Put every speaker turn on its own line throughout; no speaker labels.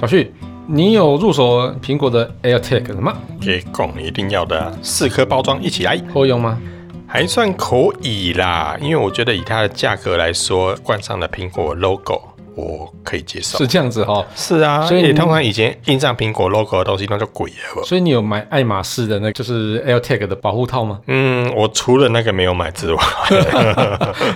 小旭，你有入手苹果的 AirTag 了吗？
给供一定要的啊，四颗包装一起来，
够用吗？
还算可以啦。因为我觉得以它的价格来说，冠上了苹果 logo，我可以接受
是。这样子哈、
是啊，
所
所
以你
以通常以前印上苹果 logo 的东西，那就鬼了。？
所以你有买爱马仕的那个就是 AirTag 的保护套吗
嗯，我除了那个没有买之外，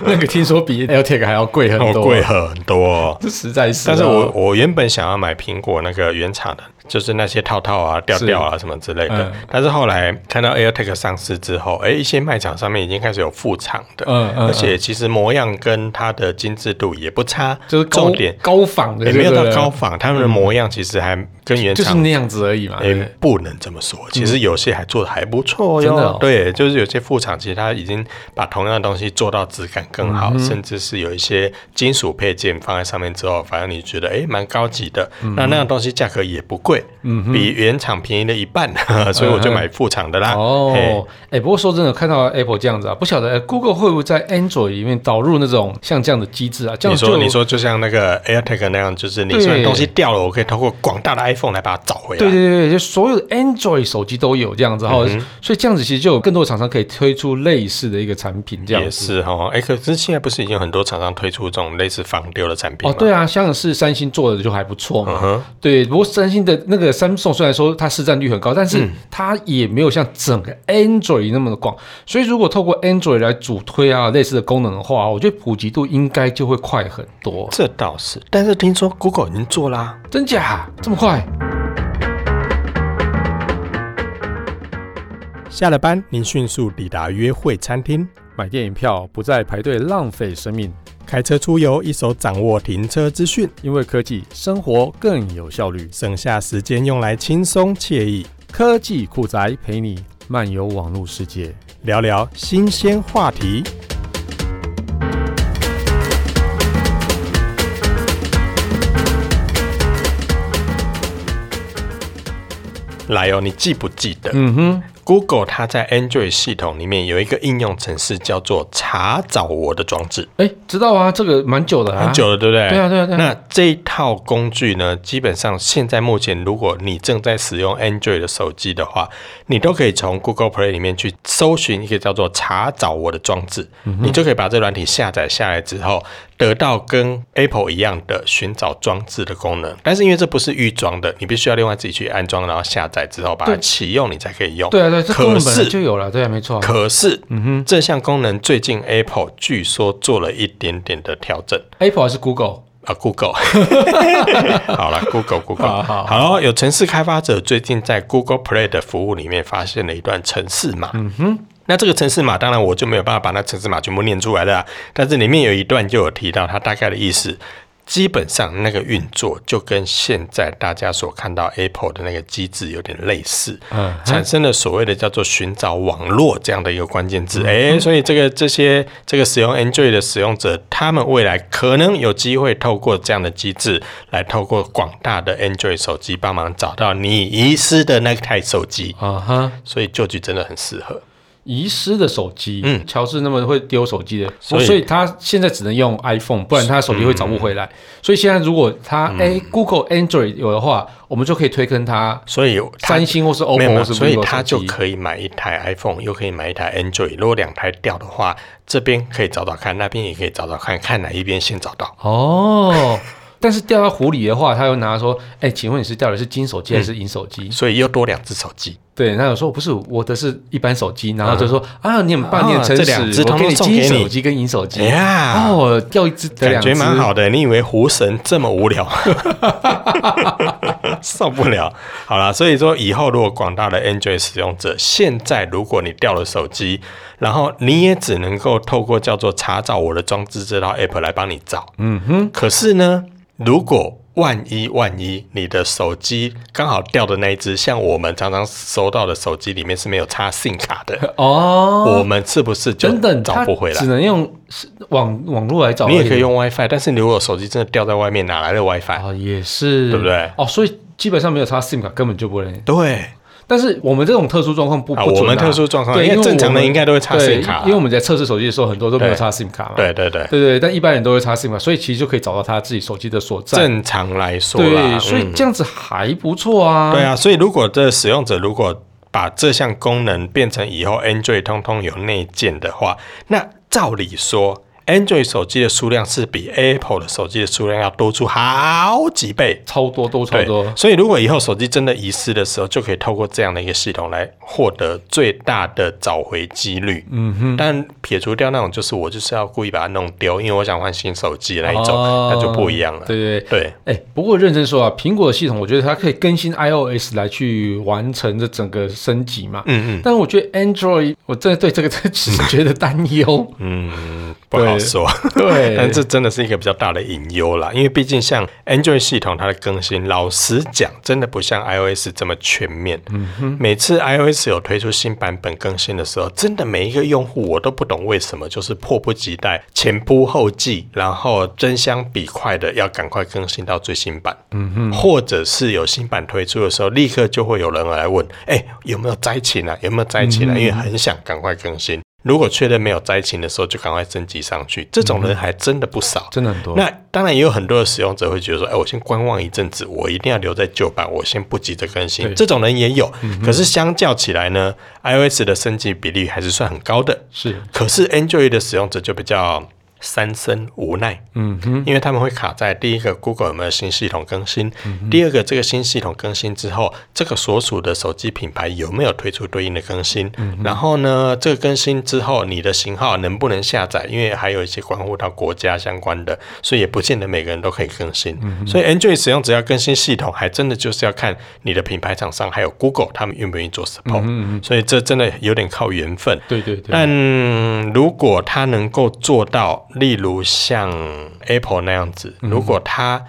那个听说比 AirTag 还要贵很
我
多，啊
贵很多。
这实在是啊。
但是我我原本想要买苹果那个原厂的，就是那些套套啊、吊吊啊什么之类的。
嗯
但是后来看到 AirTag 上市之后，哎、一些卖场上面已经开始有副厂的，
嗯嗯嗯
而且其实模样跟它的精致度也不差，
就是高
重点
高仿的
也
就
没
对
有
了，
到高仿，他们的模样其实还跟原
就是
厂。
那样子而已嘛。对
也
不对
哎不能这么说，其实有些还做的还不错
嗯
哟。
真的哦
对，就是有些副厂其实它已经把同样的东西做到质感更
嗯
好，甚至是有一些金属配件放在上面之后，反正你觉得诶蛮高级的。
嗯
那那样东西价格也不贵，比原厂便宜了一半， 所以我就买副厂的啦。嘿
嗯哦，哎、不过说真的，看到 Apple 这样子啊，不晓得、呃 Google 会不会在 Android 里面导入那种像这样的机制啊？这
你
样
说
就
你说就像那个 AirTag 那样，就是你
对
虽然东西掉了，我可以通过广大的 iPhone 来把它找回来。
对对对，对就所有的 Android 手机都有这
嗯
样子哈、所以这样子其实就有更多厂商可以推出类似的一个产品这样
也
子。
是哦，哎、可是现在不是已经有很多厂商推出这种类似防丢的产品
哦，
吗？
对啊，像是三星做的就还不错嘛。
嗯哼，
对，不过三星的那个 Samsung 虽然说它市占率很高，但
嗯
是它也没有像整个 Android 那么的广，所以如果透过 Android 来主推啊类似的功能的话，我觉得普及度应该就会快很多。
这倒是，但是听说 Google 已经做啦、
真假这么快？
下了班，您迅速抵达约会餐厅，
买电影票不再排队浪费生命，
开车出游，一手掌握停车资讯，
因为科技生活更有效率。
省下时间用来轻松惬意
科技酷宅陪你漫游网络世界。
聊聊新鲜话题。来哦，你记不记得、
嗯哼，
Google 它在 Android 系统里面有一个应用程式叫做“查找我的装置”。
哎，知道啊，这个蛮久的、啊，
很久了，对不对？
对啊对啊对啊
那这一套工具呢，基本上现在目前，如果你正在使用 Android 的手机的话，你都可以从 Google Play 里面去搜寻一个叫做“查找我的装置”，
嗯
你就可以把这软体下载下来之后，得到跟 Apple 一样的寻找装置的功能。但是因为这不是预装的，你必须要另外自己去安装，然后下载之后把它
对
启用，你才可以用。
对啊对啊，这功
可
能本来
是
就有了，对啊，没错啊。
可是，这项功能最近 Apple 据说做了一点点的调整。
Apple 还是 Google？
啊，Google，好了，Google，Google，
好好
有城市开发者最近在 Google Play 的服务里面发现了一段城市码。嗯哼，那这个城市码当然我就没有办法把那城市码全部念出来了啊，但是里面有一段就有提到它大概的意思。基本上那个运作就跟现在大家所看到 Apple 的那个机制有点类似，
嗯
产生了所谓的叫做寻找网络这样的一个关键字。
嗯
哎、所以这个这些这个使用 Android 的使用者，他们未来可能有机会透过这样的机制，来透过广大的 Android 手机帮忙找到你遗失的那台手机。
啊哈，
所以旧局真的很适合。
遗失的手机，
嗯
乔治那么会丢手机的，
所
所
以
以他现在只能用 iPhone，不然他手机会找不回来。
嗯
所以现在如果他哎 Google Android 有的话，我们就可以推坑他
所以它
三星或是
没有
OPPO
没
或
有，
是
所以
vivo
他
手
就
机。
可以买一台 iPhone，又可以买一台 Android。如果两台掉的话，这边可以找找看，那边也可以找找看，看哪一边先找到。
哦，但是掉到湖里的话，他又拿说，哎，请问你是掉的是金手机还是银手机？
所以又多两只手机，
对，那有说不是我的是一般手机，然后就说啊，你很棒，
啊
你很诚
这两只
实，我
通
给
通
你
送给
金
你哎
手机跟银手机。
呀
哦，掉一只得
感
两只，
觉蛮好的。你以为湖神这么 无聊？受不了。好啦，所以说以后如果广大的 Android 使用者，现在如果你掉了手机，然后你也只能够透过叫做查找我的装置这套 App 来帮你找。
嗯哼，
可是呢，如果万一万一你的手机刚好掉的那一只，像我们常常收到的手机里面是没有插 SIM 卡的，
哦，
我们是不是就
等等，
找不回
它只
来？
能用是网网络来找而已。
你也可以用 WiFi，但是你如果手机真的掉在外面，哪来的 WiFi？
哦，也是，
对不对
哦，所以基本上没有插 SIM 卡，根本就不能。
对，
但是我们这种特殊状况不
啊，
不准、啊
我们特殊状况，
对
因
因
为
为
正常
我们
人应该都会插
对
SIM 卡啊
因为，我们在测试手机的时候，很多都没有插 SIM 卡嘛。
对对对，
对对，但一般人都会插 SIM 卡，所以其实就可以找到他自己手机的所在。
正常来说啦，
对，所以啊
嗯
这样子还不错啊。
对啊，所以如果这使用者如果把这项功能变成以后 Android 通通有内建的话，那照理说 Android 手机的数量是比 Apple 的手机的数量要多出好几倍。
超多多超
对
多，，
所以如果以后手机真的遗失的时候，就可以透过这样的一个系统来获得最大的找回几率。嗯哼，但撇除掉那种就是我就是要故意把它弄丢，因为我想换新手机那一种，
哦
那就不一样了。
对对对。
对
哎、不过认真说啊，苹果的系统，我觉得它可以更新 iOS 来去完成这整个升级嘛。
嗯嗯
但是我觉得 Android，我真的对这个真的只是觉得担忧。
嗯，不好
对
说。
对，
但这真的是一个比较大的隐忧啦，因为毕竟像 Android 系统它的更新，老实讲，真的不像 iOS 这么全面。每次 iOS 有推出新版本更新的时候，真的每一个用户我都不懂为什么，就是迫不及待，前仆后继，然后争相比快的要赶快更新到最新版。嗯哼，或者是有新版推出的时候，立刻就会有人来问，哎、有没有灾情啊？有没有灾情啊？因为很想赶快更新。如果确认没有灾情的时候，就赶快升级上去。这种人还真的不少。
嗯真的很多。
那当然也有很多的使用者会觉得说，哎，我先观望一阵子，我一定要留在旧版，我先不急着更新。这种人也有，
嗯
可是相较起来呢，iOS 的升级比例还是算很高的。
是
可是 Android 的使用者就比较三生无奈，嗯哼，因为他们会卡在第一个 Google 有没有新系统更新，第二个这个新系统更新之后，这个所属的手机品牌有没有推出对应的更新，然后呢，这个更新之后你的型号能不能下载，因为还有一些关乎到国家相关的，所以也不见得每个人都可以更新，所以 Android 使用者要更新系统，还真的就是要看你的品牌厂商还有 Google 他们愿不愿意做 support，、所以这真的有点靠缘分，
对对对，
但嗯如果它能够做到，例如像 Apple 那样子，
嗯
如果它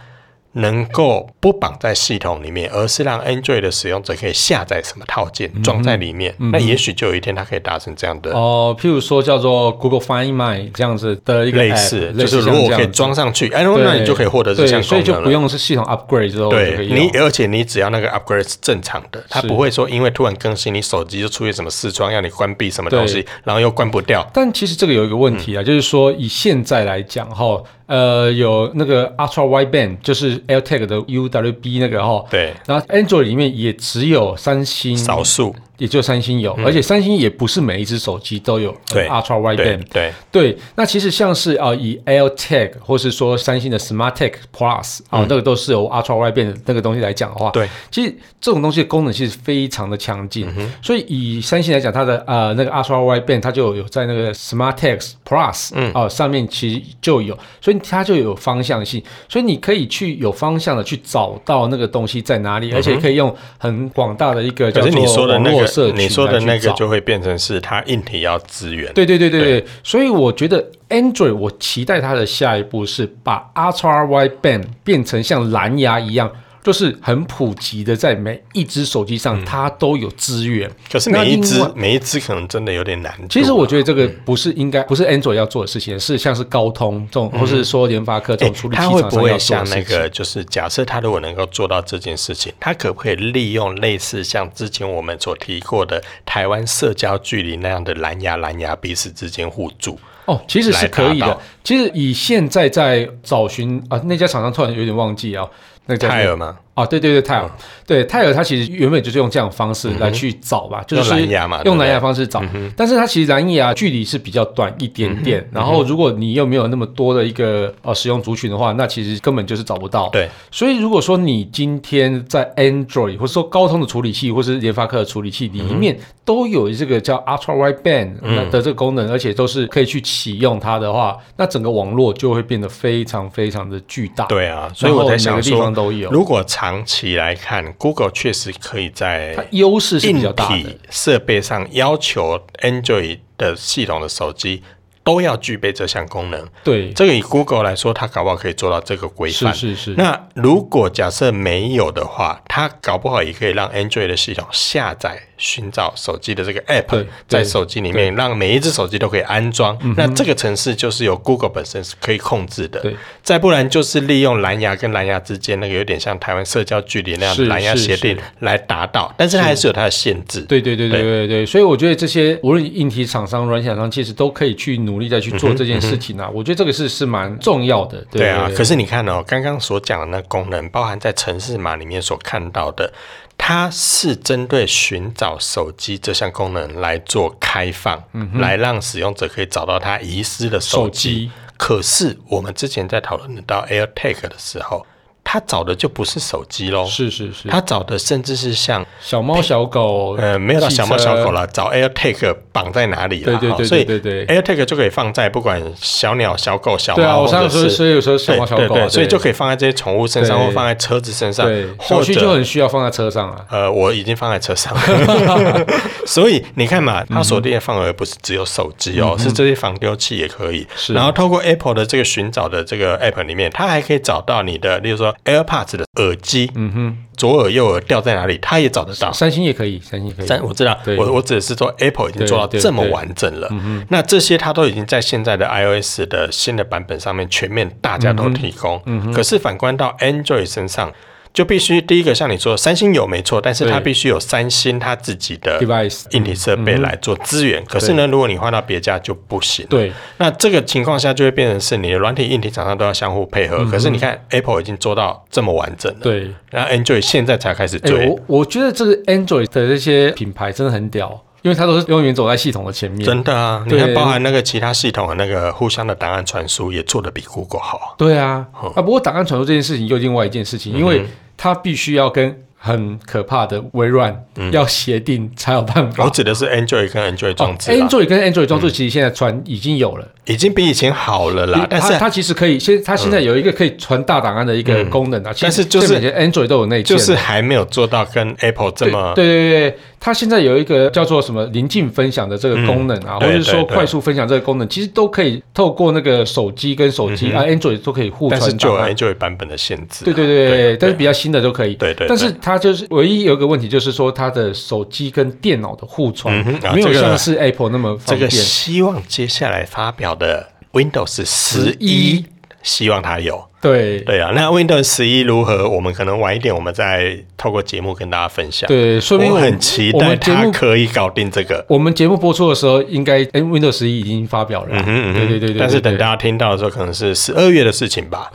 能够不绑在系统里面，而是让 Android 的使用者可以下载什么套
嗯
件装在里面，那也许就有一天它可以达成这样的。
哦、譬如说叫做 Google Find My 这样子的一个 app,
类似，
哎类
就是
似像
如果
这
我
样
可以
子
装上去，哎，然后
对
那你就可以获得这项
对所以
功
就
能
不
了。
用是系统 upgrade 之后就可
对
以用
你，而且你只要那个 upgrade 是正常的，它不会说因为突然更新，你手机就出现什么视窗要你关闭什么东西，然后又关不掉。
但其实这个有一个问题啊，就是说以现在来讲哈，呃，有那个 Ultra Wide Band，就是 AirTag 的 UWB 那个哈，
对，
然后 Android 里面也只有三星，
少数，
也就三星有，而且三星也不是每一只手机都有呃
对
Ultra Wide
对
Band。
对。
对，那其实像是啊、呃以 AirTag 或是说三星的 SmartTag Plus 啊、那个都是由 Ultra Wide Band 的那个东西来讲的话，
嗯对，嗯
其实这种东西的功能其实非常的强劲，所以以三星来讲，它的呃那个 Ultra Wideband 它就有在那个 SmartTag Plus
嗯
哦、上面其实就有，所以它就有方向性，所以你可以去有方向的去找到那个东西在哪里，而且可以用很广大的一个
嗯可
叫
是你说
做
的
网
那
络社
个，
群
你说的那
来去
个
找
就会变成是它硬体要资源。
对对对对对，所以我觉得 Android 我期待它的下一步是把 Ultra Wideband 变成像蓝牙一样。就是很普及的，在每一只手机上，它都有资源。
嗯可是
那
每一只
另外
每一只可能真的有点难度啊。
其实我觉得这个不是应该，不是 Android 要做的事情，是像是高通这种，或是说联发科这
诶
种处理器
嗯哎它会
厂
不
商要
会
做
像
的
那
事情。
个？就是假设它如果能够做到这件事情，它可不可以利用类似像之前我们所提过的台湾社交距离那样的蓝牙蓝牙彼此之间互助？
哦，其实是可以
来达
的
到。
其实以现在在找寻啊，那家厂商突然有点忘记啊，那家
泰尔吗？
啊，对对对，
嗯
泰尔，对泰尔，它其实原本就是用这样的方式来去找吧，就是
用蓝牙嘛对
用
不对嗯
蓝牙方式找，但是它其实蓝牙距离是比较短一点点，然后如果你又没有那么多的一个呃使用族群的话，那其实根本就是找不到。
对，
所以如果说你今天在 Android 或者说高通的处理器，或是联发科的处理器
嗯
里面、都有这个叫 Ultra Wide Band 那的这个功能，而且都是可以去启用它的话，那整个网络就会变得非常非常的巨大。，
对啊，所以我在想
每个地
说
方，都有，
如果长期来看，Google 确实可以
它
在
优势是比较
硬
大的。
体设备上要求 Android 的系统的手机都要具备这项功能。
对，
这个以 Google 来说，它搞不好可以做到这个规
是
范。
是是，
那如果假设没有的话，它搞不好也可以让 Android 的系统下载寻找手机的这个
对
App，在
对嗯
手机里面让每一只手机都可以安装。那这个城市就是由 Google 本身是可以控制的。
对，
再不然就是利用蓝牙跟蓝牙之间那个有点像台湾社交距离那样的
是
蓝牙
是
协定
是
来达到，但是它还是有它的限制。
对对对对对对，所以我觉得这些无论硬体厂商、软体厂商，其实都可以去努力再去
嗯
做这件事情啊。我觉得这个是是蛮重要的。对
对啊，可
是
是你看哦，刚刚所讲的那功能，包含在城市码里面所看到的，它是针对寻找手机这项功能来做开放，来让使用者可以找到他遗失的手
嗯手
机。
机
可是我们之前在讨论到 AirTag 的时候，他找的就不是手机喽，
是是是，
他找的甚至是像
小猫小狗，
呃，没有到
汽
小猫小狗
车
了，找 AirTag 绑在哪里了？
对对
哈
对
所以
对对
AirTag 就可以放在不管小鸟、小狗、小
对啊，
猫，
我
或者
上次
是
所以有时候小猫小
对
狗
对对，
啊，
所以
对
就可以放在这些宠物身上，
对
或放在车子身上
对，
或
小区就
者
很需要放在车上啊。
呃，我已经放在 车上 了。所以你看嘛，它锁定的范围不是只有手机哦，是这些防丢器也可以。
嗯是
然后透过 Apple 的这个寻找的这个 App 里面，它还可以找到你的，例如说 AirPods 的耳机，嗯哼，左耳右耳掉在哪里，它也找得到。
三星也可以，三星也可以。
但我知道，
对
我我只是说 Apple 已经做到
对对
这么
对嗯
完整了。那这些它都已经在现在的 iOS 的新的版本上面全面大家都提供。
嗯
可是反观到 Android 身上，就必须第一个像你说，三星有没错，但是它
对
必须有三星它自己的
device
硬体设备来做资源。可是呢，如果你换到别家就不行。
嗯对，
那这个情况下就会变成是你的软体、硬体厂商都要相互配合。可是你看 Apple 已经做到这么完整了，
嗯对，
然后 Android 现在才开始
哎、
追。
我我觉得这个 Android 的这些品牌真的很屌，因为它都是永远走在系统的前面。
真的啊，你
对
看包含那个其他系统的那个互相的档案传输也做得比 Google 好啊。
对啊，啊，不过档案传输这件事情又另外一件事
嗯
情，因为它必须要跟很可怕的微软
嗯
要协定才有办法。
我指的是 Android 跟 Android 哦装置啦，
啊哦 Android 跟 Android 装置其实现在传已经有了，
已经比以前好了啦
它，
但是
它其实可以，现它现在有一个可以传大档案的一个功能啊。其实
但是嗯就是
现在每个 Android 都有内建
就
了，
是还没有做到跟 Apple 这
对
么
对对对，对它现在有一个叫做什么临近分享的这个功能啊，
嗯对
或者是
对
说
对
快速分享这个功能，其实都可以透过那个手机跟手机、啊，Android 都可以互
嗯但是
传
就
档
有
案。
Android 版本的限制啊。
对对对对
对
但是比较新的都可以。
对对对
但是它就是唯一有一个问题，就是说它的手机跟电脑的互传、
嗯哼啊
没
这
有
个
像是 Apple 那么
这
方
个
便。
希望接下来发表的 Windows 十一
11，
希望它有。
对
对啊，那 Windows 十一如何？我们可能晚一点，我们再透过节目跟大家分享。
对，说明
我
我
很期
我
待
们节
它
目
可以搞定这个。
我们节目播出的时候，应该哎 Windows 十一已经发表了啊、
嗯嗯
对对对对，
但是
对
等
对
大家听到的时候，可能是十二月的事情 吧，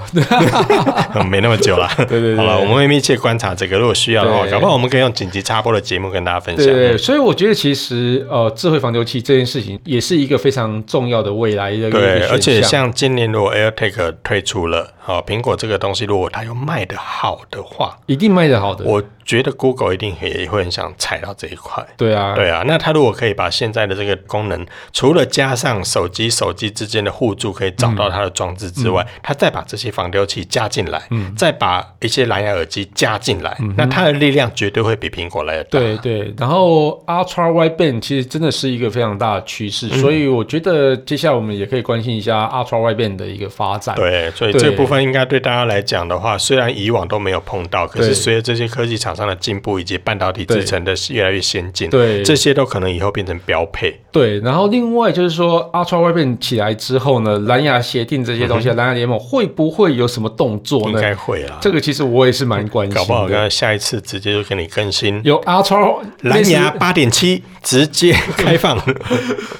嗯没那么久啦。对
对对对
好了，我们会密切观察这个，如果需要的话，
对
搞不好我们可以用紧急插播的节目跟大家分享。
对对，所以我觉得其实呃，智慧防丢器这件事情也是一个非常重要的未来的一个
对
选项
而且像今年如果 AirTag 推出了，好、苹果这个东西如果它又卖的好的话，
一定卖得好的，
我觉得 Google 一定也会很想踩到这一块。
对啊，
对啊，那它如果可以把现在的这个功能，除了加上手机手机之间的互助可以找到它的装置之外，
嗯
它再把这些防丢器加进来，再把一些蓝牙耳机加进来，那它的力量绝对会比苹果来的
嗯
大。
对对，然后 Ultra Wideband 其实真的是一个非常大的趋势，
嗯
所以我觉得接下来我们也可以关心一下 Ultra Wideband 的一个发展。
对，所以
对
这部分应该对大家来讲的话，虽然以往都没有碰到，可是
对
随着这些科技厂商的进步以及半导体制成的越来越先进，
对
这些都可能以后变成标配。
对然后另外就是说，Ultra Wideband 起来之后呢，蓝牙协定这些东西，蓝牙联盟会不会有什么动作
嗯应
呢？
该会啦，
这个其实我也是蛮关心的。
搞不好刚刚下一次直接就给你更新
有 Ultra
蓝牙
类似
八点七直接开放，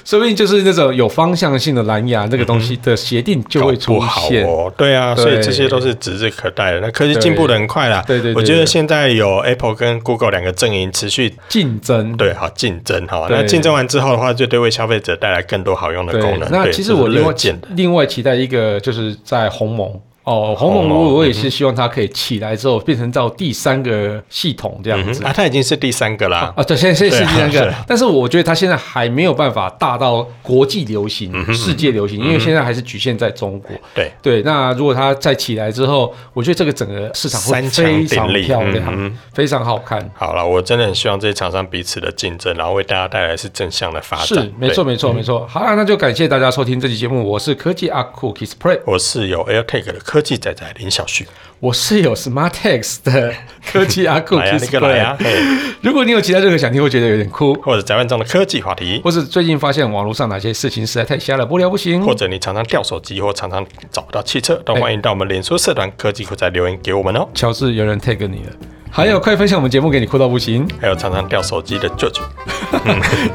说不定就是那种有方向性的蓝牙那个东西的协定 就会
搞不
出
好
现。
哦。对啊，
对
所以这些都是指日可待的。那科技进步的很快啦，
对对对对
我觉得现在有 Apple 跟 Google 两个阵营持续
竞争。
对好竞争哈。
对
那竞争完之后的话，就对为消费者带来更多好用的功能。
那
对
其实
这是
我另外
乐见的。
另外期待一个就是在鸿蒙哦，鸿
鸿
蒙
蒙嗯
我我也是希望它可以起来之后变成到第三个系统这样
嗯
子。
啊，它已经是第三个啦。
啊，对，现在现在
对
是
啊
第三
对
个
啊，
但是我觉得它现在还没有办法大到国际流行、
嗯
世界流行，因为现在还是局限在中国。
对，
对，那如果它再起来之后，我觉得这个整个市场会
三强
非常
鼎立
漂亮，
嗯
非常好看。
好了，我真的很希望这些厂商彼此的竞争，然后为大家带来是正向的发展。
是，没
啊对嗯
错，。没错，没错。好了，那就感谢大家收听这期节目，我是科技阿酷 Kiss Play。
我是有 AirTag 的科技仔仔林小旭，
我是有 SmartTex 的科技阿酷
来呀、啊，那个来
Display
呀、啊，嘿
如果你有其他任何想听，会觉得有点酷，
或者宅万中的科技话题，
或是最近发现网络上哪些事情实在太瞎了，不聊不行，
或者你常常掉手机或常常找不到汽车，都欢迎到我们脸书社团科技酷仔留言给我们哦。
乔治有人 tag 你了。还有，快分享我们节目给你酷到不行，
还有常常掉手机的舅舅，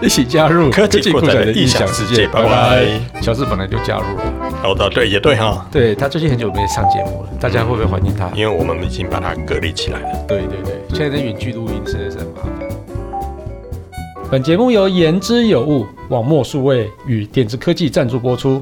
一起加入
科技酷
酷
宅
宅
的异
异想
想世
世
界
界，
拜
拜
拜
拜。乔治本来就加入了，
哦，的对，也对哈，
对他最近很久没上节目了，大家会不会怀念他？
因为我们已经把它隔离起来了。
对对对，现在在远距录音真的是很麻烦。本节目由言之有物、网墨数位与点子科技赞助播出，